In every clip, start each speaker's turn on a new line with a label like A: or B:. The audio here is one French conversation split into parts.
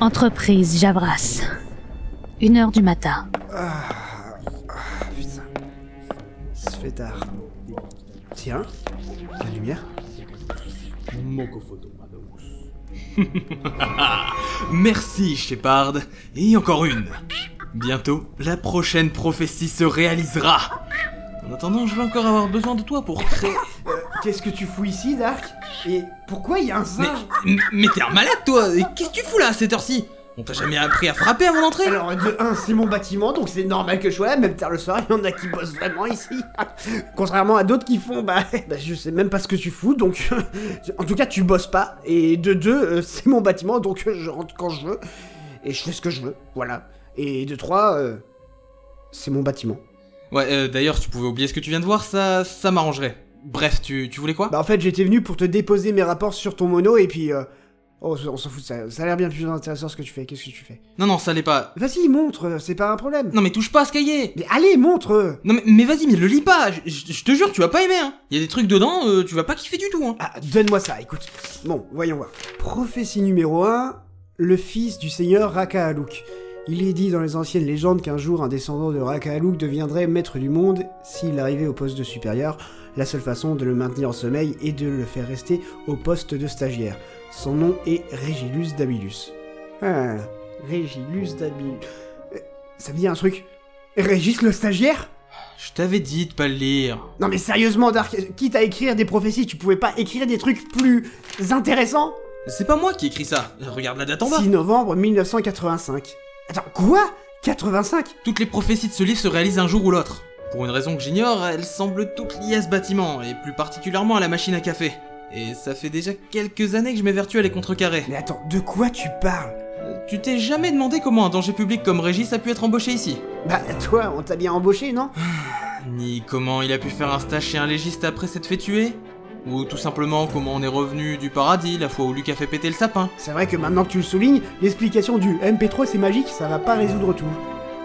A: Entreprise Javras. Une heure du matin.
B: Putain. Ça fait tard. Tiens, la lumière.
C: Merci, Shepard. Et encore une. Bientôt, la prochaine prophétie se réalisera. En attendant, je vais encore avoir besoin de toi pour créer.
B: Euh, Qu'est-ce que tu fous ici, Dark Et pourquoi il y a un
C: Mais,
B: singe
C: mais- mais t'es un malade, toi Et Qu'est-ce que tu fous là à cette heure-ci On t'a jamais appris à frapper à mon entrée
B: Alors, de 1, c'est mon bâtiment, donc c'est normal que je sois là, même tard le soir, il y en a qui bossent vraiment ici. Contrairement à d'autres qui font, bah, bah, je sais même pas ce que tu fous, donc. en tout cas, tu bosses pas. Et de 2, c'est mon bâtiment, donc euh, je rentre quand je veux. Et je fais ce que je veux, voilà. Et de 3, c'est mon bâtiment.
C: Ouais, euh, d'ailleurs, tu pouvais oublier ce que tu viens de voir, ça, ça m'arrangerait. Bref, tu, tu voulais quoi
B: Bah, en fait, j'étais venu pour te déposer mes rapports sur ton mono, et puis. euh, Oh, on s'en fout, ça, ça a l'air bien plus intéressant ce que tu fais. Qu'est-ce que tu fais
C: Non, non, ça l'est pas.
B: Vas-y, montre, c'est pas un problème.
C: Non, mais touche pas à ce cahier
B: Mais allez, montre
C: Non, mais, mais vas-y, mais le lis pas Je- Je je te jure, tu vas pas aimer, hein Il y a des trucs dedans, euh, tu vas pas kiffer du tout, hein
B: Ah, donne-moi ça, écoute. Bon, voyons voir. Prophétie numéro 1, le fils du seigneur Rakahalouk. Il est dit dans les anciennes légendes qu'un jour un descendant de Rakahalouk deviendrait maître du monde s'il arrivait au poste de supérieur. La seule façon de le maintenir en sommeil est de le faire rester au poste de stagiaire. Son nom est Régilus Dabilus. Ah, Régilus Dabilus. Euh, Ça me dit un truc. Régis le stagiaire
C: Je t'avais dit de pas le lire.
B: non mais sérieusement, Dark, quitte à écrire des prophéties, tu pouvais pas écrire des trucs plus intéressants
C: C'est pas moi qui écris ça. Regarde la date en bas.
B: 6 novembre 1985. Attends, quoi 85
C: Toutes les prophéties de ce livre se réalisent un jour ou l'autre. Pour une raison que j'ignore, elles semblent toutes liées à ce bâtiment, et plus particulièrement à la machine à café. Et ça fait déjà quelques années que je m'évertue à les contrecarrer.
B: Mais attends, de quoi tu parles
C: Euh, Tu t'es jamais demandé comment un danger public comme Régis a pu être embauché ici
B: Bah toi, on t'a bien embauché, non
C: Ni comment il a pu faire un stage chez un légiste après s'être fait tuer Ou tout simplement comment on est revenu du paradis la fois où Luc a fait péter le sapin
B: C'est vrai que maintenant que tu le soulignes, l'explication du MP3 c'est magique, ça va pas résoudre tout.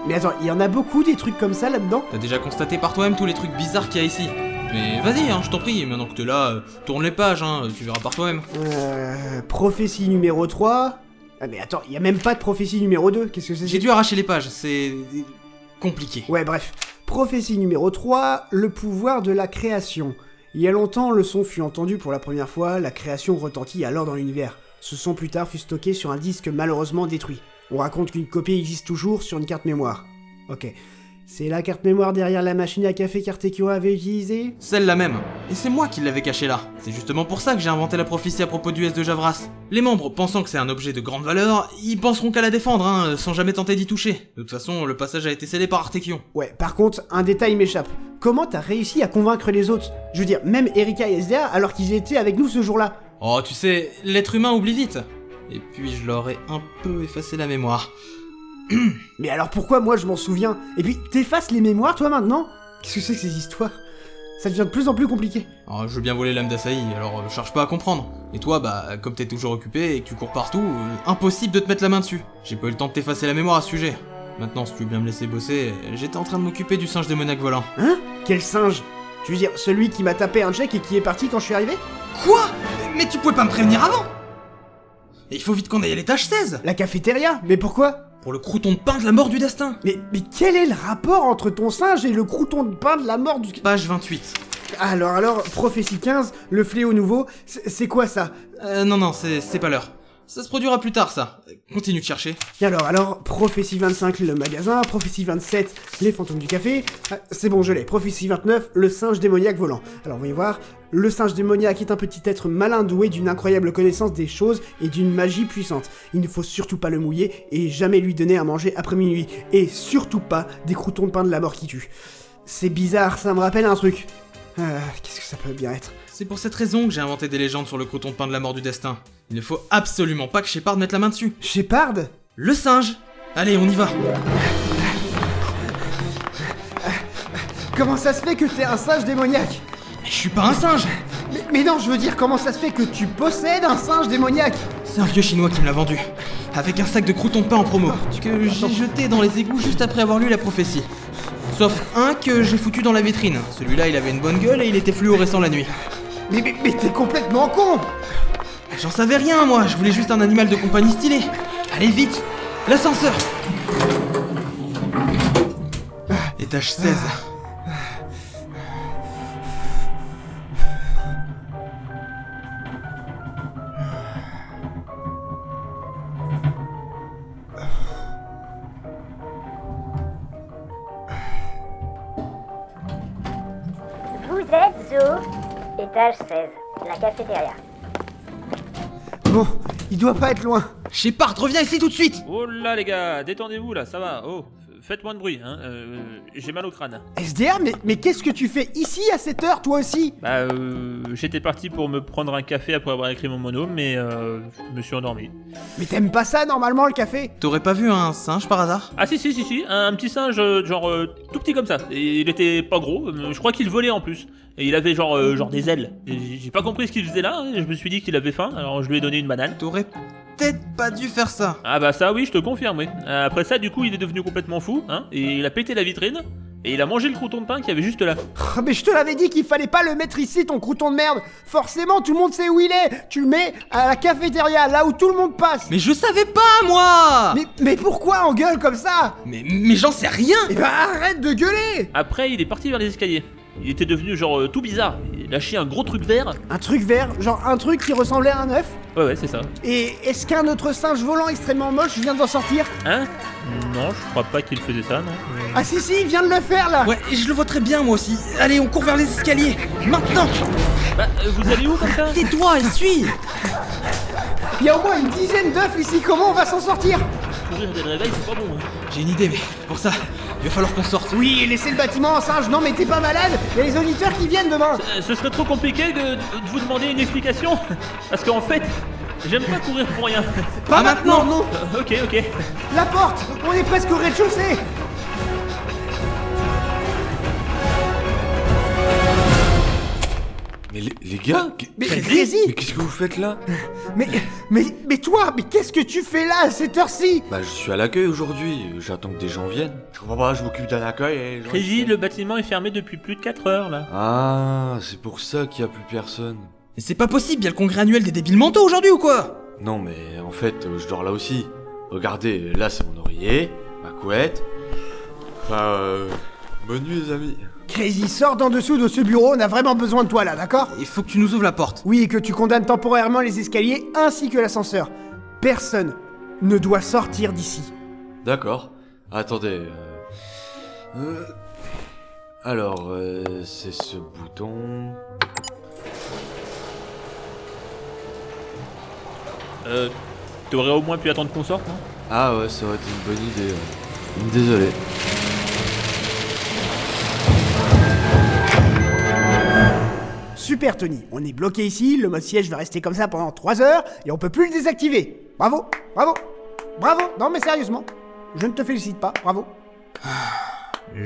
B: Mais attends, il y en a beaucoup des trucs comme ça là-dedans
C: T'as déjà constaté par toi-même tous les trucs bizarres qu'il y a ici. Mais vas-y, hein, je t'en prie, maintenant que t'es là, euh, tourne les pages, hein, tu verras par toi-même.
B: Euh... Prophétie numéro 3... Ah mais attends, il y a même pas de prophétie numéro 2, qu'est-ce que c'est
C: J'ai dû arracher les pages, c'est compliqué.
B: Ouais, bref. Prophétie numéro 3, le pouvoir de la création. Il y a longtemps, le son fut entendu pour la première fois, la création retentit alors dans l'univers. Ce son plus tard fut stocké sur un disque malheureusement détruit. On raconte qu'une copie existe toujours sur une carte mémoire. Ok. C'est la carte mémoire derrière la machine à café qu'Artekio avait utilisée
C: Celle-là même. Et c'est moi qui l'avais caché là. C'est justement pour ça que j'ai inventé la prophétie à propos du S de Javras. Les membres, pensant que c'est un objet de grande valeur, ils penseront qu'à la défendre, hein, sans jamais tenter d'y toucher. De toute façon, le passage a été scellé par Artekion.
B: Ouais, par contre, un détail m'échappe. Comment t'as réussi à convaincre les autres Je veux dire, même Erika et SDA alors qu'ils étaient avec nous ce jour-là.
C: Oh, tu sais, l'être humain oublie vite. Et puis je leur ai un peu effacé la mémoire.
B: Mais alors pourquoi moi je m'en souviens Et puis t'effaces les mémoires toi maintenant Qu'est-ce que c'est que ces histoires Ça devient de plus en plus compliqué.
C: Alors, je veux bien voler l'âme d'Asahi, alors euh, cherche pas à comprendre. Et toi, bah, comme t'es toujours occupé et que tu cours partout, euh, impossible de te mettre la main dessus. J'ai pas eu le temps de t'effacer la mémoire à ce sujet. Maintenant, si tu veux bien me laisser bosser, euh, j'étais en train de m'occuper du singe démoniaque volant.
B: Hein Quel singe Tu veux dire celui qui m'a tapé un check et qui est parti quand je suis arrivé
C: Quoi Mais tu pouvais pas me prévenir avant Et il faut vite qu'on aille à l'étage 16
B: La cafétéria Mais pourquoi
C: Pour le crouton de pain de la mort du destin
B: mais, mais quel est le rapport entre ton singe et le crouton de pain de la mort du...
C: Page 28.
B: Alors alors, prophétie 15, le fléau nouveau, c'est c'est quoi ça
C: Euh, non, non, c'est c'est pas l'heure. Ça se produira plus tard, ça. Euh, Continue de chercher.
B: Et alors alors, prophétie 25, le magasin, prophétie 27, les fantômes du café, Ah, c'est bon je l'ai, prophétie 29, le singe démoniaque volant. Alors voyez voir, le singe démoniaque est un petit être malin doué d'une incroyable connaissance des choses et d'une magie puissante. Il ne faut surtout pas le mouiller et jamais lui donner à manger après minuit, et surtout pas des croutons de pain de la mort qui tue. C'est bizarre, ça me rappelle un truc. Ah, Qu'est-ce que ça peut bien être
C: C'est pour cette raison que j'ai inventé des légendes sur le crouton de pain de la mort du destin. Il ne faut absolument pas que Shepard mette la main dessus.
B: Shepard
C: Le singe Allez, on y va
B: Comment ça se fait que t'es un singe démoniaque
C: Mais Je suis pas un singe
B: mais, mais non, je veux dire, comment ça se fait que tu possèdes un singe démoniaque
C: C'est un vieux chinois qui me l'a vendu. Avec un sac de croûtons de pain en promo. Que j'ai jeté dans les égouts juste après avoir lu la prophétie. Sauf un que j'ai foutu dans la vitrine. Celui-là, il avait une bonne gueule et il était fluorescent la nuit.
B: Mais, mais, mais t'es complètement con
C: J'en savais rien, moi, je voulais juste un animal de compagnie stylé. Allez vite L'ascenseur Ah, Étage 16.
D: Vous êtes au étage 16, la cafétéria.
B: Bon, il doit pas être loin.
C: Shepard, reviens ici tout de suite
E: Oh là les gars, détendez-vous là, ça va. Oh, f- faites moins de bruit, hein. euh, J'ai mal au crâne.
B: SDR, mais, mais qu'est-ce que tu fais ici à cette heure, toi aussi
E: Bah, euh, j'étais parti pour me prendre un café après avoir écrit mon mono, mais euh, je me suis endormi.
B: Mais t'aimes pas ça normalement le café
C: T'aurais pas vu un singe par hasard
E: Ah si si si si, un, un petit singe, euh, genre euh, tout petit comme ça. Et il était pas gros, euh, je crois qu'il volait en plus. Et il avait genre euh, genre des ailes. Et J'ai j'ai pas compris ce qu'il faisait là, hein, je me suis dit qu'il avait faim, alors je lui ai donné une banane.
C: T'aurais peut-être pas dû faire ça.
E: Ah bah ça oui, je te confirme, oui. Euh, Après ça, du coup, il est devenu complètement fou, hein, et il a pété la vitrine, et il a mangé le crouton de pain qu'il y avait juste là.
B: Ah, Mais je te l'avais dit qu'il fallait pas le mettre ici, ton crouton de merde Forcément, tout le monde sait où il est Tu le mets à la cafétéria, là où tout le monde passe
C: Mais je savais pas, moi
B: Mais, mais pourquoi on gueule comme ça
C: Mais, mais j'en sais rien
B: Eh ben arrête de gueuler
E: Après, il est parti vers les escaliers. Il était devenu genre euh, tout bizarre. Il lâchait un gros truc vert.
B: Un truc vert, genre un truc qui ressemblait à un œuf
E: Ouais, ouais, c'est ça.
B: Et est-ce qu'un autre singe volant extrêmement moche vient d'en sortir
E: Hein Non, je crois pas qu'il faisait ça, non. Euh,
B: Ah si si, il vient de le faire là
C: Ouais, et je le vois très bien, moi aussi. Allez, on court vers les escaliers Maintenant
E: Bah, euh, vous allez où comme ça
C: Tais-toi et suis
B: Il y a au moins une dizaine d'œufs ici, comment on va s'en sortir
E: Courir dès le réveil, c'est pas bon. hein.
C: J'ai une idée, mais pour ça, il va falloir qu'on sorte.
B: Oui, et laissez le bâtiment en singe, non mais t'es pas malade Il y a les auditeurs qui viennent demain
E: Euh, ce serait trop compliqué de, de vous demander une explication. Parce qu'en fait, j'aime pas courir pour rien.
B: Pas
C: Ah, maintenant.
B: non
E: Euh, ok, ok.
B: La porte On est presque au rez-de-chaussée
F: Mais les, les gars, qu'est-
B: Oh, Mais
F: qu'est-
B: vas-y.
F: mais qu'est-ce que vous faites là
B: Mais, mais, mais toi, mais qu'est-ce que tu fais là à cette heure-ci
F: Bah je suis à l'accueil aujourd'hui, euh, j'attends que des gens viennent. Je comprends pas, je m'occupe d'un accueil et... les gens, ils
E: Crazy,
F: viennent.
E: le bâtiment est fermé depuis plus de 4 heures là.
F: Ah, c'est pour ça qu'il y a plus personne.
C: Mais c'est pas possible, il y a le congrès annuel des débiles mentaux aujourd'hui ou quoi
F: Non mais en fait, euh, je dors là aussi. Regardez, là c'est mon oreiller, ma couette. Enfin, euh, bonne nuit les amis.
B: Crazy, sors d'en dessous de ce bureau, on a vraiment besoin de toi là, d'accord
C: Il faut que tu nous ouvres la porte.
B: Oui, et que tu condamnes temporairement les escaliers ainsi que l'ascenseur. Personne ne doit sortir d'ici.
F: D'accord. Attendez. euh, euh, Alors, euh, c'est ce bouton...
E: Euh, t'aurais au moins pu attendre qu'on sorte, non
F: Ah ouais, ça aurait été une bonne idée. ouais. Désolé.
B: Super Tony, on est bloqué ici, le mode siège va rester comme ça pendant 3 heures et on peut plus le désactiver. Bravo, bravo, bravo, non mais sérieusement, je ne te félicite pas, bravo.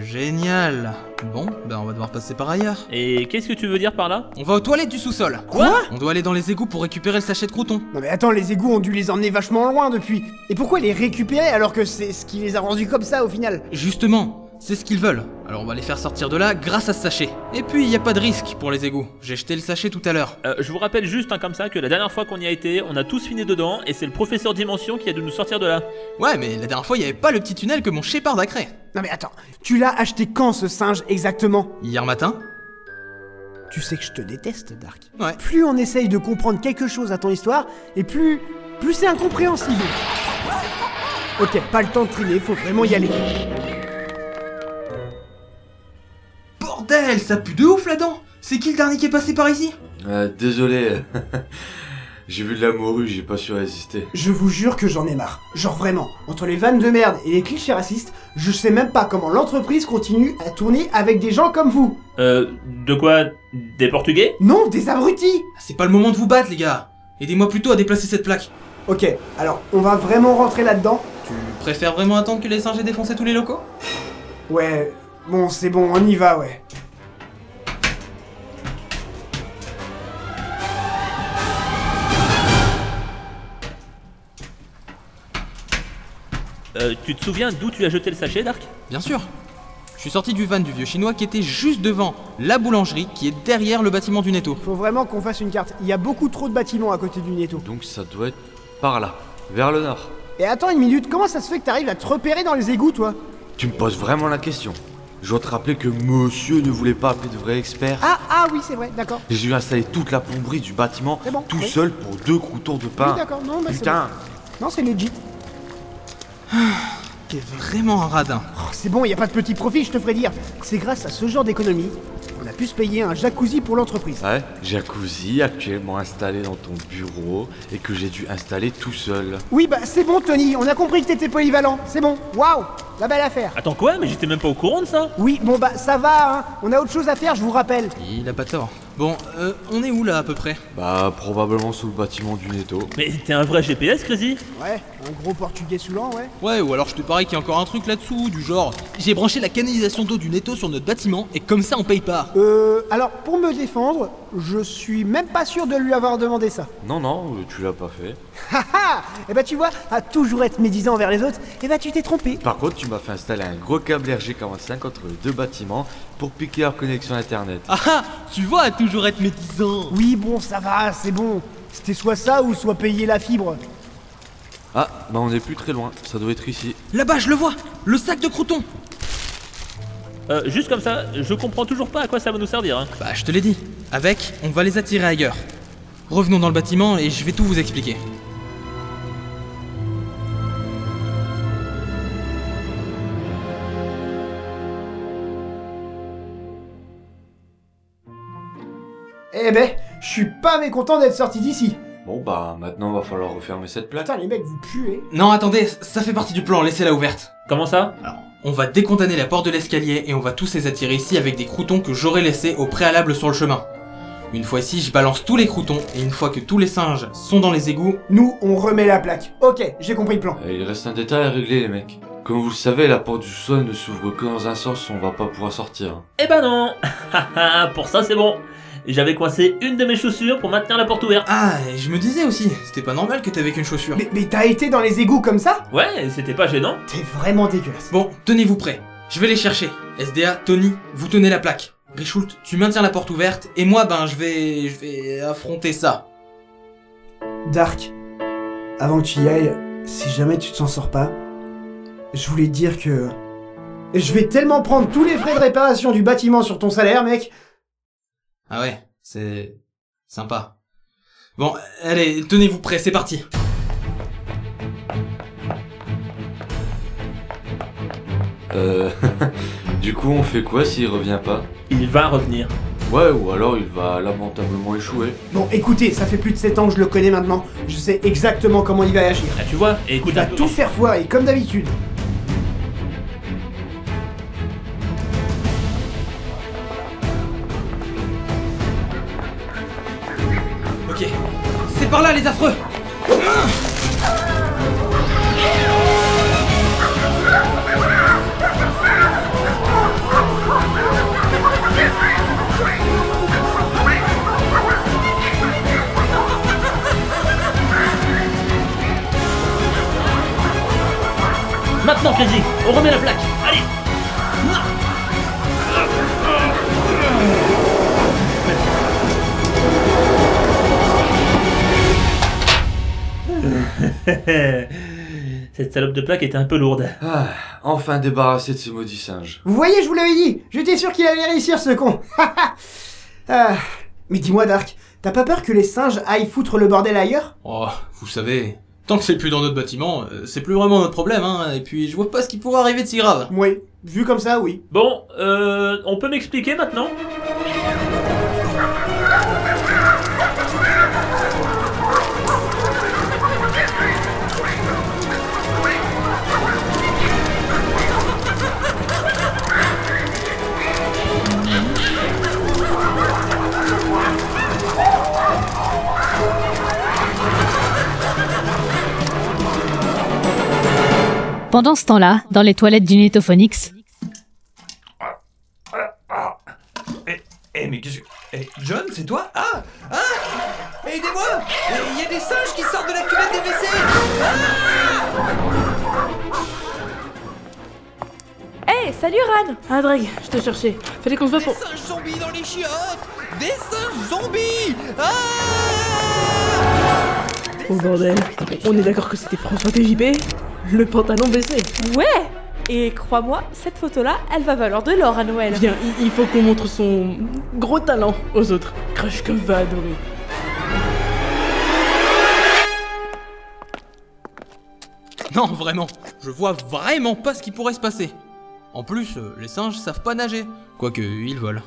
C: Génial Bon, ben on va devoir passer par ailleurs.
E: Et qu'est-ce que tu veux dire par là
C: On va aux toilettes du sous-sol
B: Quoi
C: On doit aller dans les égouts pour récupérer le sachet de crouton.
B: Non mais attends, les égouts ont dû les emmener vachement loin depuis. Et pourquoi les récupérer alors que c'est ce qui les a rendus comme ça au final
C: Justement, c'est ce qu'ils veulent. Alors on va les faire sortir de là grâce à ce sachet. Et puis il y a pas de risque pour les égouts. J'ai jeté le sachet tout à l'heure.
E: Euh, Je vous rappelle juste hein, comme ça que la dernière fois qu'on y a été, on a tous fini dedans et c'est le professeur Dimension qui a dû nous sortir de là.
C: Ouais, mais la dernière fois, il y avait pas le petit tunnel que mon Shepard a créé.
B: Non mais attends, tu l'as acheté quand ce singe exactement
C: Hier matin
B: Tu sais que je te déteste, Dark.
C: Ouais.
B: Plus on essaye de comprendre quelque chose à ton histoire, et plus. plus c'est incompréhensible. Ok, pas le temps de trimer, faut vraiment y aller.
C: Bordel, ça pue de ouf là-dedans C'est qui le dernier qui est passé par ici
F: Euh, désolé. j'ai vu de la morue, j'ai pas su résister.
B: Je vous jure que j'en ai marre. Genre vraiment, entre les vannes de merde et les clichés racistes, je sais même pas comment l'entreprise continue à tourner avec des gens comme vous.
E: Euh, de quoi Des Portugais
B: Non, des abrutis
C: Ah, C'est pas le moment de vous battre, les gars Aidez-moi plutôt à déplacer cette plaque.
B: Ok, alors, on va vraiment rentrer là-dedans
C: Tu préfères vraiment attendre que les singes aient défoncé tous les locaux
B: Ouais, bon, c'est bon, on y va, ouais.
E: Euh, Tu te souviens d'où tu as jeté le sachet, Dark
C: Bien sûr. Je suis sorti du van du vieux chinois qui était juste devant la boulangerie qui est derrière le bâtiment du netto.
B: Faut vraiment qu'on fasse une carte. Il y a beaucoup trop de bâtiments à côté du Netto.
F: Donc ça doit être par là, vers le nord.
B: Et attends une minute, comment ça se fait que t'arrives à te repérer dans les égouts, toi
F: Tu me poses vraiment la question. Je dois te rappeler que monsieur ne voulait pas appeler de vrais experts.
B: Ah, ah oui, c'est vrai, d'accord.
F: J'ai dû installer toute la plomberie du bâtiment
B: C'est bon,
F: tout
B: oui.
F: seul pour deux croutons de pain.
B: Oui, d'accord, non, bah, c'est
F: Putain,
B: Non, c'est legit.
C: T'es vraiment un radin.
B: Oh, c'est bon, y a pas de petit profit, je te ferai dire. C'est grâce à ce genre d'économie qu'on a pu se payer un jacuzzi pour l'entreprise.
F: Ouais, jacuzzi actuellement installé dans ton bureau et que j'ai dû installer tout seul.
B: Oui, bah c'est bon, Tony, on a compris que t'étais polyvalent. C'est bon, waouh, la belle affaire.
E: Attends quoi Mais j'étais même pas au courant de ça
B: Oui, bon bah ça va, hein. On a autre chose à faire, je vous rappelle.
C: Il a pas tort. Bon, euh, on est où là à peu près
F: Bah, probablement sous le bâtiment du netto.
E: Mais t'es un vrai GPS, Crazy
B: Ouais, un gros portugais saoulant, ouais.
C: Ouais, ou alors je te parie qu'il y a encore un truc là-dessous, du genre j'ai branché la canalisation d'eau du netto sur notre bâtiment et comme ça on paye pas.
B: Euh, alors pour me défendre, je suis même pas sûr de lui avoir demandé ça.
F: Non, non, euh, tu l'as pas fait.
B: Ha ha Eh bah tu vois, à toujours être médisant envers les autres, eh bah tu t'es trompé.
F: Par contre, tu m'as fait installer un gros câble RG45 entre les deux bâtiments pour piquer leur connexion internet.
C: Ah ah Tu vois, toujours être médisant
B: Oui, bon, ça va, c'est bon. C'était soit ça ou soit payer la fibre.
F: Ah, bah on est plus très loin, ça doit être ici.
C: Là-bas, je le vois Le sac de croutons
E: Euh, Juste comme ça, je comprends toujours pas à quoi ça va nous servir. Hein.
C: Bah, je te l'ai dit. Avec, on va les attirer ailleurs. Revenons dans le bâtiment et je vais tout vous expliquer.
B: Eh ben, je suis pas mécontent d'être sorti d'ici.
F: Bon, bah maintenant va falloir refermer cette plaque.
B: Putain, les mecs, vous puez.
C: Non, attendez, ça fait partie du plan, laissez-la ouverte.
E: Comment ça
C: Alors, on va décontaminer la porte de l'escalier et on va tous les attirer ici avec des croutons que j'aurais laissés au préalable sur le chemin. Une fois ici, je balance tous les croutons et une fois que tous les singes sont dans les égouts,
B: Nous, on remet la plaque. Ok, j'ai compris le plan.
F: Et il reste un détail à régler, les mecs. Comme vous le savez, la porte du sol ne s'ouvre que dans un sens, on va pas pouvoir sortir.
E: Eh ben non Ah, Pour ça, c'est bon J'avais coincé une de mes chaussures pour maintenir la porte ouverte.
C: Ah, et je me disais aussi, c'était pas normal que t'avais qu'une chaussure.
B: Mais, mais t'as été dans les égouts comme ça
E: Ouais, c'était pas gênant.
B: T'es vraiment dégueulasse.
C: Bon, tenez-vous prêts. Je vais les chercher. SDA, Tony, vous tenez la plaque. Richult, tu maintiens la porte ouverte et moi, ben, je vais, je vais affronter ça.
B: Dark, avant que tu y ailles, si jamais tu t'en sors pas, je voulais te dire que. Je vais tellement prendre tous les frais de réparation du bâtiment sur ton salaire, mec.
C: Ah ouais, c'est sympa. Bon, allez, tenez-vous prêts, c'est parti.
F: Euh. du coup, on fait quoi s'il revient pas
E: Il va revenir.
F: Ouais, ou alors il va lamentablement échouer.
B: Bon, écoutez, ça fait plus de 7 ans que je le connais maintenant. Je sais exactement comment il va agir.
E: Ah, tu vois Et écoute,
B: Il va
E: un peu-
B: tout faire foirer, comme d'habitude.
C: Ok. C'est par là, les affreux
E: Maintenant, Crazy, on remet la plaque. Allez Cette salope de plaque était un peu lourde.
F: Ah, enfin débarrassé de ce maudit singe.
B: Vous voyez, je vous l'avais dit. J'étais sûr qu'il allait réussir, ce con. Ah, mais dis-moi, Dark, t'as pas peur que les singes aillent foutre le bordel ailleurs
C: Oh, vous savez, tant que c'est plus dans notre bâtiment, euh, c'est plus vraiment notre problème, hein, et puis je vois pas ce qui pourrait arriver de si grave.
B: Oui, vu comme ça, oui.
E: Bon, euh, on peut m'expliquer maintenant
A: Pendant ce temps-là, dans les toilettes du Netophonix,
G: Eh mais qu'est-ce que... Eh, John, c'est toi Ah Ah Aidez-moi Il y a des singes qui sortent de la cuvette des WC
H: Hey, salut Ran Ah Drake, je te cherchais. Fallait qu'on se voit
G: Des
H: pour...
G: singes zombies dans les chiottes Des singes zombies Ah Des
H: Oh bordel. On est d'accord que c'était François TJP Le pantalon baissé.
I: Ouais Et crois-moi, cette photo-là, elle va valoir de l'or à Noël.
H: Viens, il- il faut qu'on montre son gros talent aux autres. Crush Cove va adorer.
C: Non, vraiment, je vois vraiment pas ce qui pourrait se passer. En plus, euh, les singes savent pas nager, quoique ils volent.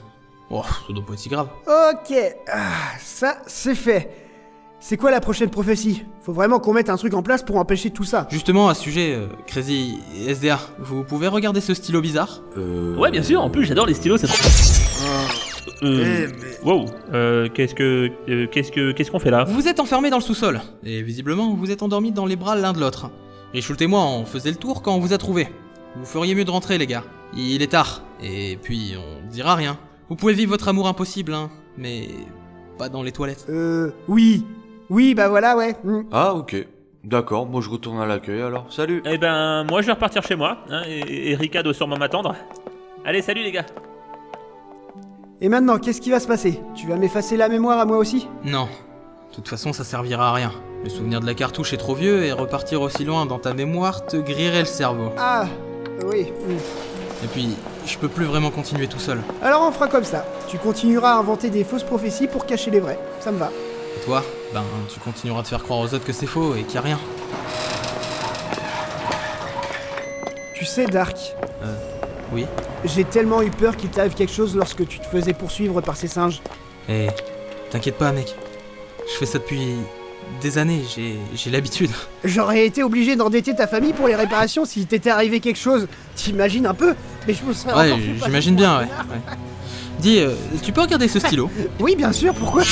C: Oh, ça doit pas être si grave.
B: Ok, ah, ça c'est fait. C'est quoi la prochaine prophétie Faut vraiment qu'on mette un truc en place pour empêcher tout ça.
C: Justement, à ce sujet, euh, Crazy et SDA, vous pouvez regarder ce stylo bizarre
F: Euh...
E: Ouais, bien sûr, en plus j'adore les stylos, c'est trop. Euh, wow, euh, qu'est-ce que. euh, qu'est-ce que. Qu'est-ce qu'on fait là
C: Vous vous êtes enfermé dans le sous-sol, et visiblement vous êtes endormis dans les bras l'un de l'autre. Richoult et moi, on faisait le tour quand on vous a trouvé. Vous feriez mieux de rentrer, les gars. Il est tard, et puis on dira rien. Vous pouvez vivre votre amour impossible, hein, mais pas dans les toilettes.
B: Euh, oui. Oui, bah voilà, ouais. hmm.
F: Ah, ok. D'accord, moi je retourne à l'accueil alors. Salut
E: Eh ben, moi je vais repartir chez moi, hein, et, et Rika doit sûrement m'attendre. Allez, salut les gars
B: Et maintenant, qu'est-ce qui va se passer Tu vas m'effacer la mémoire à moi aussi
C: Non. De toute façon, ça servira à rien. Le souvenir de la cartouche est trop vieux, et repartir aussi loin dans ta mémoire te grillerait le cerveau.
B: Ah, oui. hmm.
C: Et puis, je peux plus vraiment continuer tout seul.
B: Alors on fera comme ça. Tu continueras à inventer des fausses prophéties pour cacher les vraies. Ça me va.
C: Et toi, ben, tu continueras de faire croire aux autres que c'est faux et qu'il y a rien.
B: Tu sais, Dark,
C: Oui.
B: j'ai tellement eu peur qu'il t'arrive quelque chose lorsque tu te faisais poursuivre par ces singes.
C: Eh, t'inquiète pas, mec. Je fais ça depuis des années, j'ai, j'ai l'habitude.
B: J'aurais été obligé d'endetter ta famille pour les réparations si t'était arrivé quelque chose. T'imagines un peu Mais je me serais
C: Ouais,
B: encore fait passer
C: j'imagine
B: pour un
C: bien, ouais. ouais. Dis, euh, tu peux regarder ce stylo
B: Oui, bien sûr, pourquoi